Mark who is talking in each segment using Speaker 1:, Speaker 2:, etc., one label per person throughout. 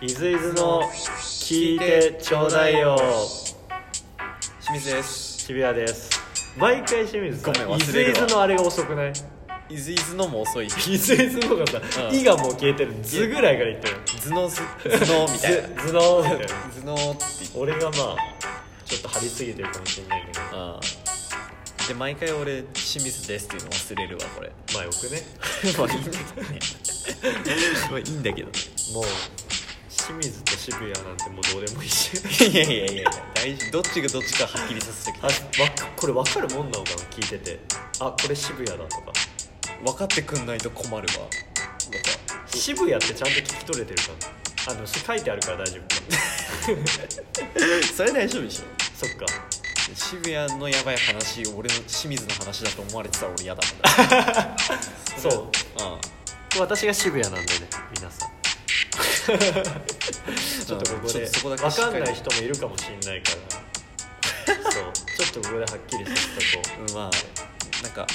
Speaker 1: いずいずの聞いてちょうだいよ
Speaker 2: 清水です
Speaker 1: 渋谷です毎回清水さ
Speaker 2: ごめ
Speaker 1: ん
Speaker 2: ん
Speaker 1: い
Speaker 2: 忘
Speaker 1: ず
Speaker 2: れる
Speaker 1: い
Speaker 2: わ
Speaker 1: ずのあれが遅くない
Speaker 2: イズイズのも遅い
Speaker 1: いずいずのがさ「
Speaker 2: うん
Speaker 1: い」がもう消えてる「ず」ぐらいから言ってる
Speaker 2: 頭脳 す頭脳みたいな
Speaker 1: ずずのみたいな
Speaker 2: 頭脳って言って
Speaker 1: 俺がまあちょっと張りすぎてるかもしれないけど
Speaker 2: ああで毎回俺清水ですっていうの忘れるわこ れ
Speaker 1: まあよくね
Speaker 2: まあいいんだけど ねまあいいんだけどね
Speaker 1: もう清水と渋谷なんてもうどうでもいいし
Speaker 2: いやいやいやいや大事どっちがどっちかはっきりさせてき
Speaker 1: あ
Speaker 2: た
Speaker 1: わこれ分かるもんなのかな聞いててあこれ渋谷だとか
Speaker 2: 分かってくんないと困るわ
Speaker 1: 渋谷ってちゃんと聞き取れてるかなあの書いてあるから大丈夫か
Speaker 2: それ大丈夫でしょ
Speaker 1: そっか
Speaker 2: 渋谷のやばい話俺の清水の話だと思われてたら俺嫌だ もん
Speaker 1: そう
Speaker 2: うん
Speaker 1: 私が渋谷なんでね皆さんちょっとここ
Speaker 2: う
Speaker 1: で
Speaker 2: んちょっとそこだけ
Speaker 1: 分
Speaker 2: しっ
Speaker 1: か
Speaker 2: かり
Speaker 1: んない人もいるかもしんないから そうちょっとここではっきりさせとこ
Speaker 2: うんまあなんか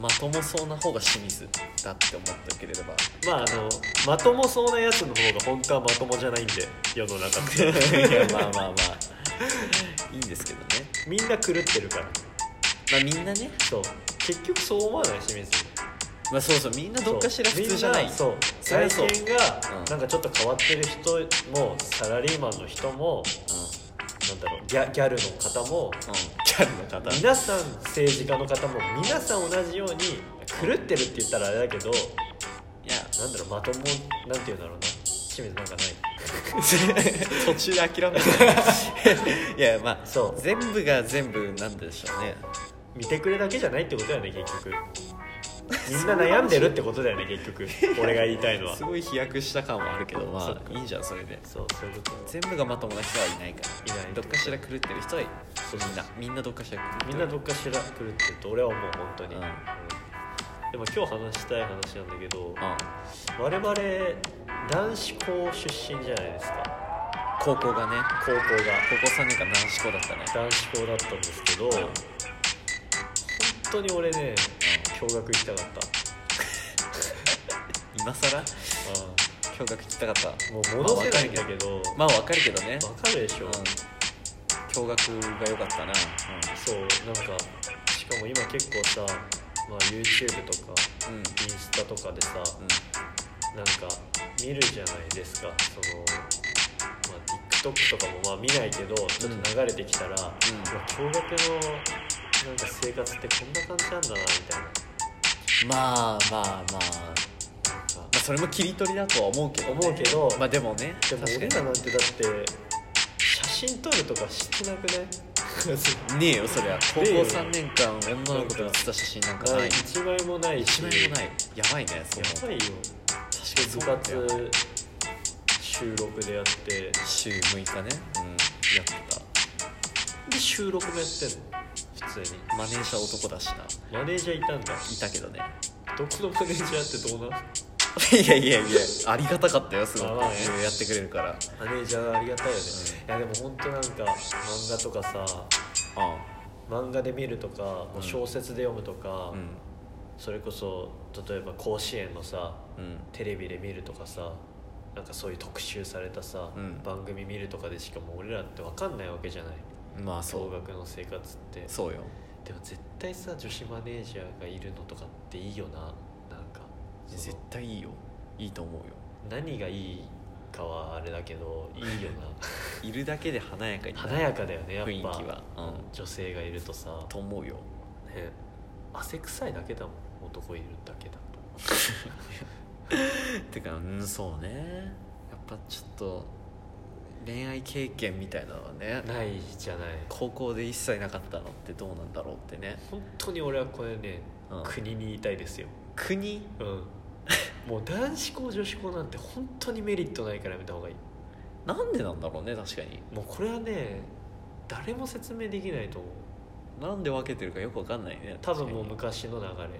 Speaker 2: まともそうな方が清水だって思ったけれ ば
Speaker 1: うまああのまともそうなやつの方が本当はまともじゃないんで世の中って
Speaker 2: いやまあまあまあいいんですけどね
Speaker 1: みんな狂ってるから
Speaker 2: まあみんなね
Speaker 1: そう結局そう思わない清水
Speaker 2: まあそうそうみんなどっかしら普通じゃない
Speaker 1: みんそう
Speaker 2: そり
Speaker 1: 外
Speaker 2: ゃそう
Speaker 1: 見が
Speaker 2: うん
Speaker 1: なんかちょっと変わってる人もサラリーマンの人もなんだろうギャギャルの方も
Speaker 2: うん、うん、ギャルの方
Speaker 1: 皆さん政治家の方も皆さん同じように狂ってるって言ったらあれだけど
Speaker 2: い や
Speaker 1: なんだろうまともなんていうんだろうな清水なんかない
Speaker 2: 途中で諦めた いやまあ
Speaker 1: そう
Speaker 2: 全部が全部なんでしょうね
Speaker 1: 見てくれだけじゃないってことだよね結局みんな悩んでるってことだよね結局俺が言いたいのは
Speaker 2: す
Speaker 1: そう
Speaker 2: ごい飛躍した感はあるけど
Speaker 1: そっ
Speaker 2: ま
Speaker 1: か
Speaker 2: あいいんじゃんそれで
Speaker 1: そういうこと
Speaker 2: 全部がまともな人はいないから
Speaker 1: いない
Speaker 2: どっかしら狂ってる人はい
Speaker 1: そう
Speaker 2: みんなみんなどっかしら狂ってる
Speaker 1: みんなどっかしら狂ってると俺は思う本当に、
Speaker 2: うん
Speaker 1: うんでも今日話したい話なんだけど
Speaker 2: うん
Speaker 1: 我々男子校出身じゃないですか
Speaker 2: 高校がね
Speaker 1: 高校が
Speaker 2: 高校3年間男子校だったね
Speaker 1: 男子校だったんですけど、本当に俺ね驚学行きたかっ
Speaker 2: 今更
Speaker 1: た、
Speaker 2: 驚愕聞きたかった
Speaker 1: もう戻せないんだけど
Speaker 2: まあわかるけどね
Speaker 1: わかるでしょ、
Speaker 2: うん驚愕が良かったな
Speaker 1: そうなんかしかも今結構さ、まあ、YouTube とか
Speaker 2: うんうん
Speaker 1: インスタとかでさ、
Speaker 2: うん
Speaker 1: なんか見るじゃないですかその、まあ、TikTok とかもまあ見ないけどちょっと流れてきたら、うわ驚愕のなんか生活ってこんな感じなんだなみたいな
Speaker 2: まあまあまあ
Speaker 1: なんか
Speaker 2: まあ、それも切り取りだとは思うけど、ね、
Speaker 1: 思うけど
Speaker 2: まあでもね
Speaker 1: でも
Speaker 2: 確
Speaker 1: 俺
Speaker 2: から
Speaker 1: なんてだって写真撮るとかしてなく ない
Speaker 2: にねえよそりゃ高校
Speaker 1: ねえよ
Speaker 2: 3年間女の子と写った写真なんか
Speaker 1: な
Speaker 2: ないい
Speaker 1: 一枚もないし
Speaker 2: 一枚もないやばいねそ
Speaker 1: や
Speaker 2: の
Speaker 1: ばいよ部
Speaker 2: 確かにそうだよ
Speaker 1: 活収録でやって
Speaker 2: 週6日ねうんやって
Speaker 1: で収録もやってんの普通に
Speaker 2: たマネージャー男だしな
Speaker 1: マネージャーいたんだ
Speaker 2: いたけどね
Speaker 1: どこのマネージャーってどうなん
Speaker 2: いやいやいやありがたかったよすごく
Speaker 1: あまあね
Speaker 2: やってくれるから
Speaker 1: マネージャーありがたいよね、いやでも本当なんか漫画とかさ
Speaker 2: う
Speaker 1: 漫画で見るとか、もう小説で読むとか、
Speaker 2: んうん
Speaker 1: それこそ例えば甲子園のさ
Speaker 2: うん
Speaker 1: テレビで見るとかさなんかそういう特集されたさ、
Speaker 2: うん
Speaker 1: 番組見るとかでしかも俺らって分かんないわけじゃない
Speaker 2: まあそ
Speaker 1: 驚
Speaker 2: う
Speaker 1: 学の生活って
Speaker 2: そうよ
Speaker 1: でも絶対さ女子マネージャーがいるのとかっていいよななんかその
Speaker 2: 絶対いいよいいと思うよ
Speaker 1: 何がいいかはあれだけどいいよ な
Speaker 2: いるだけで華やかになる
Speaker 1: 華やかだよねやっぱ
Speaker 2: 雰囲気はうん
Speaker 1: 女性がいるとさ、
Speaker 2: と思うよ
Speaker 1: ね、汗臭いだけだもん男いるだけだと
Speaker 2: てかうんそうねやっぱちょっと恋愛経験みたいなのはね
Speaker 1: ないじゃない
Speaker 2: 高校で一切なかったのってどうなんだろうってね
Speaker 1: 本当に俺はこれね、
Speaker 2: うん
Speaker 1: 国に言いたいですよ
Speaker 2: 国
Speaker 1: うんもう男子校女子校なんて本当にメリットないからやめた方がいい
Speaker 2: なんでなんだろうね確かに
Speaker 1: もうこれはね誰も説明できないと思う
Speaker 2: なんで分けてるかよく分かんないね
Speaker 1: 多分もう
Speaker 2: 確かに
Speaker 1: 昔の流れ
Speaker 2: 多分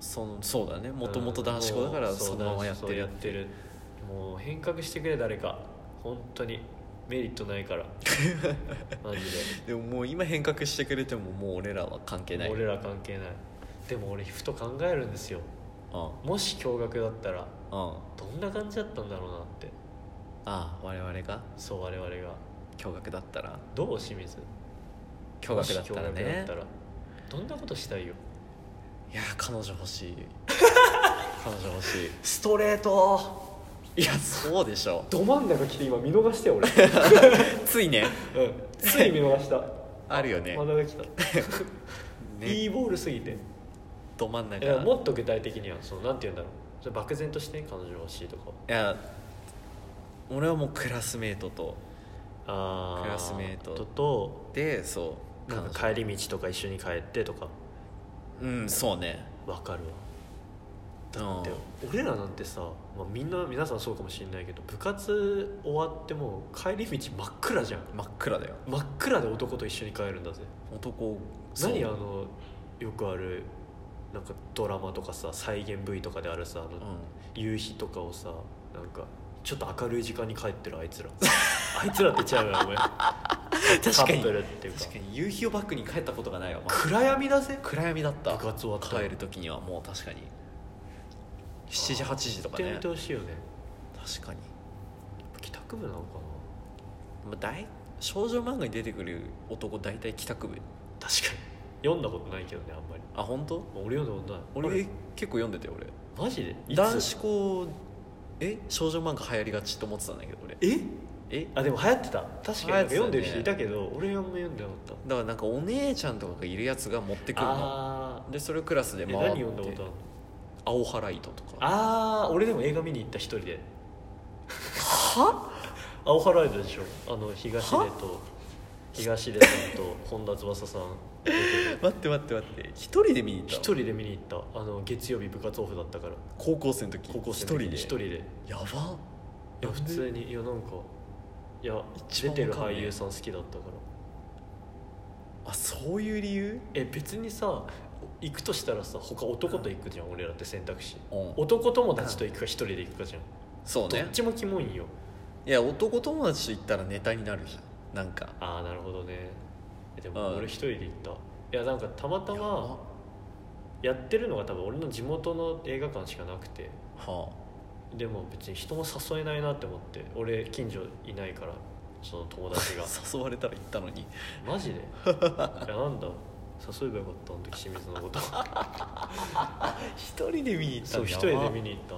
Speaker 2: そのそうだねもともと男子校だから
Speaker 1: うん
Speaker 2: そのままやっ
Speaker 1: そう
Speaker 2: てる
Speaker 1: やってるもう変革してくれ誰か本当にメリットないから マジで
Speaker 2: でももう今変革してくれてももう俺らは関係ない
Speaker 1: 俺ら関係ないでも俺ふと考えるんですよ
Speaker 2: うんうん
Speaker 1: もし驚愕だったら
Speaker 2: あ
Speaker 1: どんな感じだったんだろうなって
Speaker 2: ああ我々が
Speaker 1: そう我々が
Speaker 2: 驚愕だったら
Speaker 1: どう清水
Speaker 2: 驚愕だったら
Speaker 1: もし驚愕だ
Speaker 2: ね
Speaker 1: ったらどんなことしたいよ
Speaker 2: いや彼女欲しい 彼女欲し
Speaker 1: ストレート
Speaker 2: いいやそうでしょ
Speaker 1: ど真ん中来て今見逃して 俺、
Speaker 2: ついね
Speaker 1: つい見逃した
Speaker 2: あるよね
Speaker 1: 真ん中来た、い
Speaker 2: ね
Speaker 1: いボールすぎて
Speaker 2: ど真ん
Speaker 1: いや
Speaker 2: 中
Speaker 1: もっと具体的にはそのなんて言うんだろうそれ漠然として彼女欲しいとか
Speaker 2: いや俺はもうクラスメートと
Speaker 1: あー
Speaker 2: クラスメート
Speaker 1: とと
Speaker 2: でそう
Speaker 1: なんか帰り道とか一緒に帰ってとか
Speaker 2: うんそうね
Speaker 1: わかるわ
Speaker 2: うん
Speaker 1: で俺らなんてさ、まあ、みんな皆さんそうかもしれないけど部活終わってもう帰り道真っ暗じゃん
Speaker 2: 真っ暗だよ
Speaker 1: 真っ暗で男と一緒に帰るんだぜ
Speaker 2: 男そう
Speaker 1: 何あのよくあるなんかドラマとかさ再現 V とかであるさあの、
Speaker 2: う
Speaker 1: 夕日とかをさなんかちょっと明るい時間に帰ってるあいつら あいつらって言っちゃうよお 前カ
Speaker 2: ん確か
Speaker 1: ッ
Speaker 2: に
Speaker 1: プルっていうか
Speaker 2: 確かに夕日をバックに帰ったことがないわ、まあ
Speaker 1: 暗闇だぜ
Speaker 2: 暗闇だった
Speaker 1: 部活終わったら
Speaker 2: 帰る時にはもう確かに7時8時
Speaker 1: 行
Speaker 2: と
Speaker 1: っ
Speaker 2: か
Speaker 1: て
Speaker 2: ね
Speaker 1: みてほしいよね
Speaker 2: 確かに、
Speaker 1: 帰宅部なのか
Speaker 2: まあ、大少女漫画に出てくる男大体帰宅部
Speaker 1: な確かに読んだことないけどねあんまり
Speaker 2: あ本当？
Speaker 1: まあ俺読んだことないあ
Speaker 2: 俺
Speaker 1: れ
Speaker 2: 結構読んでて俺
Speaker 1: マジでいつ
Speaker 2: 男子校え少女漫画流行りがちと思ってたんだけど俺
Speaker 1: え
Speaker 2: え
Speaker 1: あでも流行ってた確かになんか読
Speaker 2: 流行ってたね
Speaker 1: んでる人いたけど俺あんま読んでなかった
Speaker 2: だからなんかお姉ちゃんとかがいるやつが持ってくるの
Speaker 1: あ
Speaker 2: でそれをクラス
Speaker 1: ー
Speaker 2: で
Speaker 1: え
Speaker 2: 回
Speaker 1: 何
Speaker 2: って
Speaker 1: 読んだことあるの
Speaker 2: 「青ハライト」とか
Speaker 1: ああ俺でも映画見に行った一人では青ハライドでしょあの東出と東出さんと本田翼さん出てる
Speaker 2: 待って待って待って一人で見に行った
Speaker 1: 一人で見に行ったあの月曜日部活オフだったから
Speaker 2: 高校生の時
Speaker 1: 高校生
Speaker 2: 一
Speaker 1: の
Speaker 2: 人
Speaker 1: 時
Speaker 2: で
Speaker 1: 一人でい
Speaker 2: やば
Speaker 1: や普通にいやなんかいや
Speaker 2: 一
Speaker 1: 出
Speaker 2: 番
Speaker 1: てる
Speaker 2: わかんねえ
Speaker 1: 俳優さん好きだったから
Speaker 2: あそういう理由
Speaker 1: え別にさ行くとしたらさ他男と行くじゃん俺らって選択肢
Speaker 2: うん
Speaker 1: 男友達と行くか一人で行くかじゃん
Speaker 2: そう
Speaker 1: ど
Speaker 2: ね
Speaker 1: っちもキモいんよ
Speaker 2: いや男友達と行ったらネタになるじゃんなんか
Speaker 1: ああなるほどねえで
Speaker 2: うん
Speaker 1: も俺一人で行ったいやなんかたまた
Speaker 2: や
Speaker 1: ま
Speaker 2: ば
Speaker 1: やってるのが多分俺の地元の映画館しかなくて
Speaker 2: は
Speaker 1: でも別に人も誘えないなって思って俺近所いないから その友達が
Speaker 2: あ誘われたら行ったのに
Speaker 1: マジでいやなんだ誘えばよかったあの時清水のこと
Speaker 2: 一人で見に行った
Speaker 1: そう
Speaker 2: の
Speaker 1: 一人で見に
Speaker 2: に
Speaker 1: 行った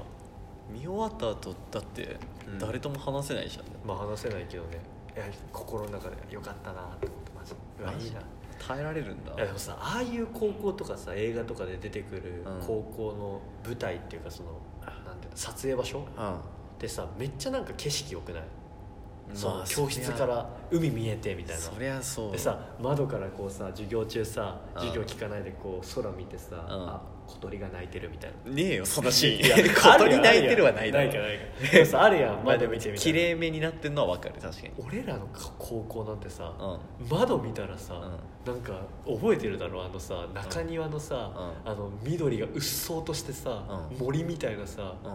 Speaker 2: 見終わった後だって
Speaker 1: うん
Speaker 2: 誰とも話せないじゃん、
Speaker 1: まあ話せないけどねいや心の中でよかったなって思ってマジでうわ
Speaker 2: マジ
Speaker 1: いいない
Speaker 2: 耐えられるんだ
Speaker 1: やでもさああいう高校とかさ映画とかで出てくる
Speaker 2: うん
Speaker 1: 高校の舞台っていうかその、なんていうの撮影場所
Speaker 2: うん
Speaker 1: でさめっちゃなんか景色良くない、そ
Speaker 2: ま
Speaker 1: の
Speaker 2: あ
Speaker 1: 教室から海見えてみたいな
Speaker 2: そりゃそう
Speaker 1: でさ窓からこうさ授業中さ
Speaker 2: うん
Speaker 1: 授業聞かないでこう空見てさ、あ小鳥が鳴いてるみたいな。
Speaker 2: ねえ よそのシ
Speaker 1: いや
Speaker 2: ーン小鳥
Speaker 1: あ
Speaker 2: 泣
Speaker 1: る
Speaker 2: い
Speaker 1: やん
Speaker 2: てるはないだ
Speaker 1: ない
Speaker 2: ろ
Speaker 1: かないかでもさあるやん
Speaker 2: まあ
Speaker 1: 窓
Speaker 2: でも
Speaker 1: 見てみた
Speaker 2: 綺
Speaker 1: いな
Speaker 2: 麗めになってんのはわかる確かに
Speaker 1: 俺らの高校なんてさ、
Speaker 2: うん
Speaker 1: 窓見たらさ、
Speaker 2: う
Speaker 1: なんか覚えてるだろあのさ中庭のさ、
Speaker 2: う
Speaker 1: あの緑がうっそうとしてさ、
Speaker 2: うん
Speaker 1: 森みたいなさ
Speaker 2: う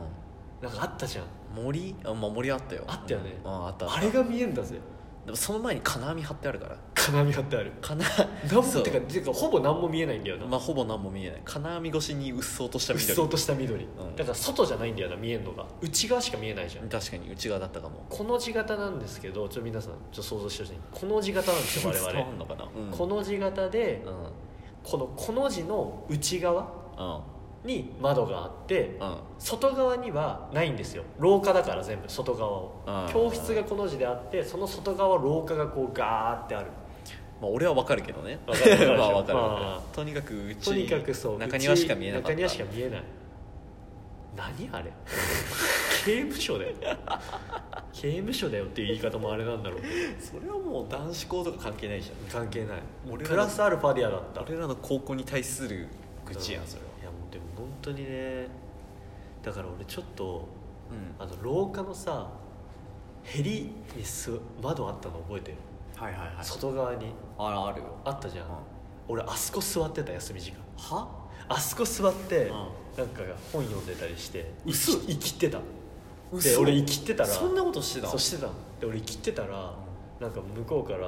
Speaker 1: なんかあったじゃん
Speaker 2: ん森あまあ森あったよ
Speaker 1: あったよね
Speaker 2: うんうんあった
Speaker 1: あれが見えんだぜ
Speaker 2: でもその前に金網張ってあるから
Speaker 1: 金網張ってある
Speaker 2: 金
Speaker 1: 何も
Speaker 2: そう
Speaker 1: ってかてかほぼ何も見えないんだよな、
Speaker 2: まあほぼ何も見えない金網越しにうっそうとした
Speaker 1: うっ
Speaker 2: 緑
Speaker 1: そうとした緑、
Speaker 2: ん
Speaker 1: だから外じゃないんだよな見えんのが内側しか見えないじゃん、
Speaker 2: 確かに内側だったかも
Speaker 1: この字型なんですけどちょっと皆さんちょっと想像してほしいこの字型なんですよ我
Speaker 2: 伝わ
Speaker 1: 々
Speaker 2: んのかな、うん、
Speaker 1: この字型で、
Speaker 2: うん
Speaker 1: このこの字の内側に窓があって、
Speaker 2: うんうん
Speaker 1: 外側にはないんですよ廊下だから全部外側を
Speaker 2: あー
Speaker 1: 教室がこの字であってその外側廊下がこうガーってある
Speaker 2: まあ俺はわかるけどね
Speaker 1: わかるわかるでしょ
Speaker 2: まあわかる、
Speaker 1: ま
Speaker 2: とにかくうち
Speaker 1: とにかくそう
Speaker 2: 中庭しか見えなかった
Speaker 1: 中庭しか見えない何あれ 刑務所 だよ刑務所だよっていう言い方もあれなんだろうけど
Speaker 2: そ れはもう男子校とか関係ないじゃ
Speaker 1: 関係ない
Speaker 2: 俺らの
Speaker 1: プラスアルファディアだった
Speaker 2: ん俺らの高校に対する愚痴やんそれは
Speaker 1: うんいやもうでも本当にねだから俺ちょっと
Speaker 2: うん
Speaker 1: あの廊下のさへりにす窓あったの覚えてる、
Speaker 2: はいはいは
Speaker 1: 外側に
Speaker 2: あらあるよ
Speaker 1: あったじゃん、
Speaker 2: うん
Speaker 1: 俺あそこ座ってた休み時間
Speaker 2: は
Speaker 1: あそこ座って、
Speaker 2: うん
Speaker 1: なんか本読んでたりして
Speaker 2: 嘘
Speaker 1: 生き生きてたで
Speaker 2: 嘘
Speaker 1: 俺生きてたら
Speaker 2: そんなことしてた
Speaker 1: そうしてたので俺生きてたら、なんか向こうから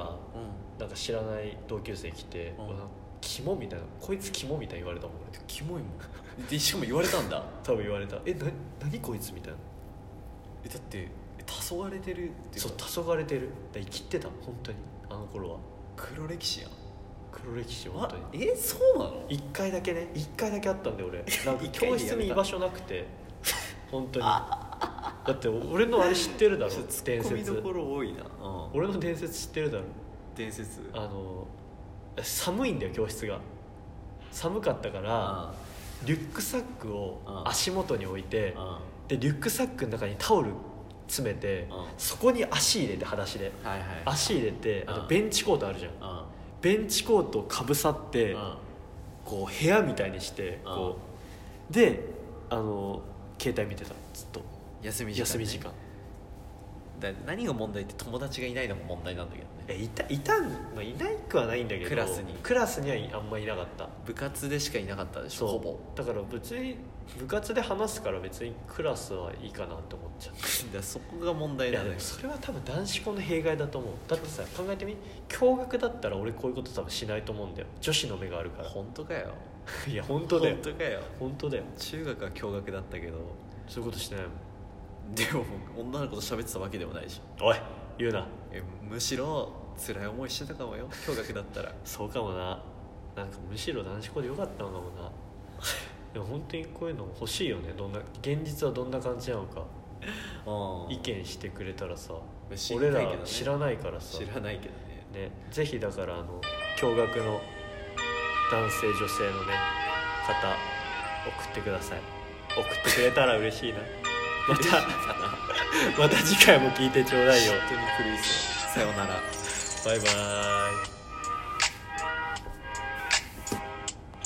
Speaker 2: うん
Speaker 1: なんか知らない同級生来て「
Speaker 2: うん
Speaker 1: うわキモ」みたいな「こいつキモ」みたいな言われたもん俺
Speaker 2: キモいもんでしかも言われたんだ
Speaker 1: 多分言われた「えな何こいつ」みたいな
Speaker 2: えだってえ黄昏れてるっていう
Speaker 1: そう
Speaker 2: か
Speaker 1: 黄昏てるだから生きてた本当にあの頃は
Speaker 2: 黒歴史やん
Speaker 1: 黒歴史を本
Speaker 2: あ
Speaker 1: 当に
Speaker 2: えそうなの
Speaker 1: 一回だけね一回だけあったんで 俺なんか
Speaker 2: 一回
Speaker 1: 教
Speaker 2: でやめた
Speaker 1: 室に居場所なくて本当にだって俺のあれ知ってるだろ
Speaker 2: ちょっとツッ
Speaker 1: 伝
Speaker 2: コミど
Speaker 1: 説
Speaker 2: ころ多いな、うん、
Speaker 1: 俺の伝説知ってるだろ
Speaker 2: 伝説
Speaker 1: あの寒いんだよ教室が寒かったから
Speaker 2: あ
Speaker 1: リュックサックを
Speaker 2: うん
Speaker 1: 足元に置いて
Speaker 2: あ
Speaker 1: でリュックサックの中にタオル詰めて
Speaker 2: うん
Speaker 1: そこに足入れて裸足で
Speaker 2: はいはい
Speaker 1: 足入れてあ
Speaker 2: う
Speaker 1: の
Speaker 2: ん
Speaker 1: ベンチコートあるじゃん
Speaker 2: あ
Speaker 1: ベンチコートをかぶさって
Speaker 2: あ
Speaker 1: こう部屋みたいにしてこうであの携帯見てたずっと
Speaker 2: 休み時間、ね、
Speaker 1: 休み時間
Speaker 2: だ何が問題って友達がいないのも問題なんだけどね
Speaker 1: えいたいたん、まあ、いないくはないんだけど
Speaker 2: クラスに
Speaker 1: クラスにはいあんまいなかった
Speaker 2: 部活でしかいなかったでし
Speaker 1: そ
Speaker 2: ょ
Speaker 1: う
Speaker 2: ほぼ
Speaker 1: だから別に部活で話すから別にクラスはいいかなって思っちゃう
Speaker 2: だからそこが問 題
Speaker 1: い
Speaker 2: な
Speaker 1: や
Speaker 2: ん
Speaker 1: で
Speaker 2: だよ
Speaker 1: もそれは多分男子校の弊害だと思うだってさ考えてみ驚愕だったら俺こういうこと多分しないと思うんだよ女子の目があるから
Speaker 2: 本当かよ
Speaker 1: いや本当だよ
Speaker 2: 本当かよ
Speaker 1: 本当だよ
Speaker 2: 中学は驚愕だったけど
Speaker 1: そういうことしてないもん
Speaker 2: でも女の子と喋ってたわけでもないでしょ
Speaker 1: おい言うな
Speaker 2: えむしろ辛い思いしてたかもよ驚愕だったら
Speaker 1: そうかもななんかむしろ男子校でよかったのかもな でも本当にこういうの欲しいよねどんな現実はどんな感じなのか
Speaker 2: う
Speaker 1: 意見してくれたらさ
Speaker 2: 知りた
Speaker 1: 俺
Speaker 2: いけどね
Speaker 1: ら知らないからさ
Speaker 2: 知らないけどね
Speaker 1: ねぜひだからあの驚愕の男性女性のね方送ってください送ってくれたら嬉しいなま たまた次回も聞いてちょうだいよ
Speaker 2: 本当に古いっすよさようなら
Speaker 1: バイバーイ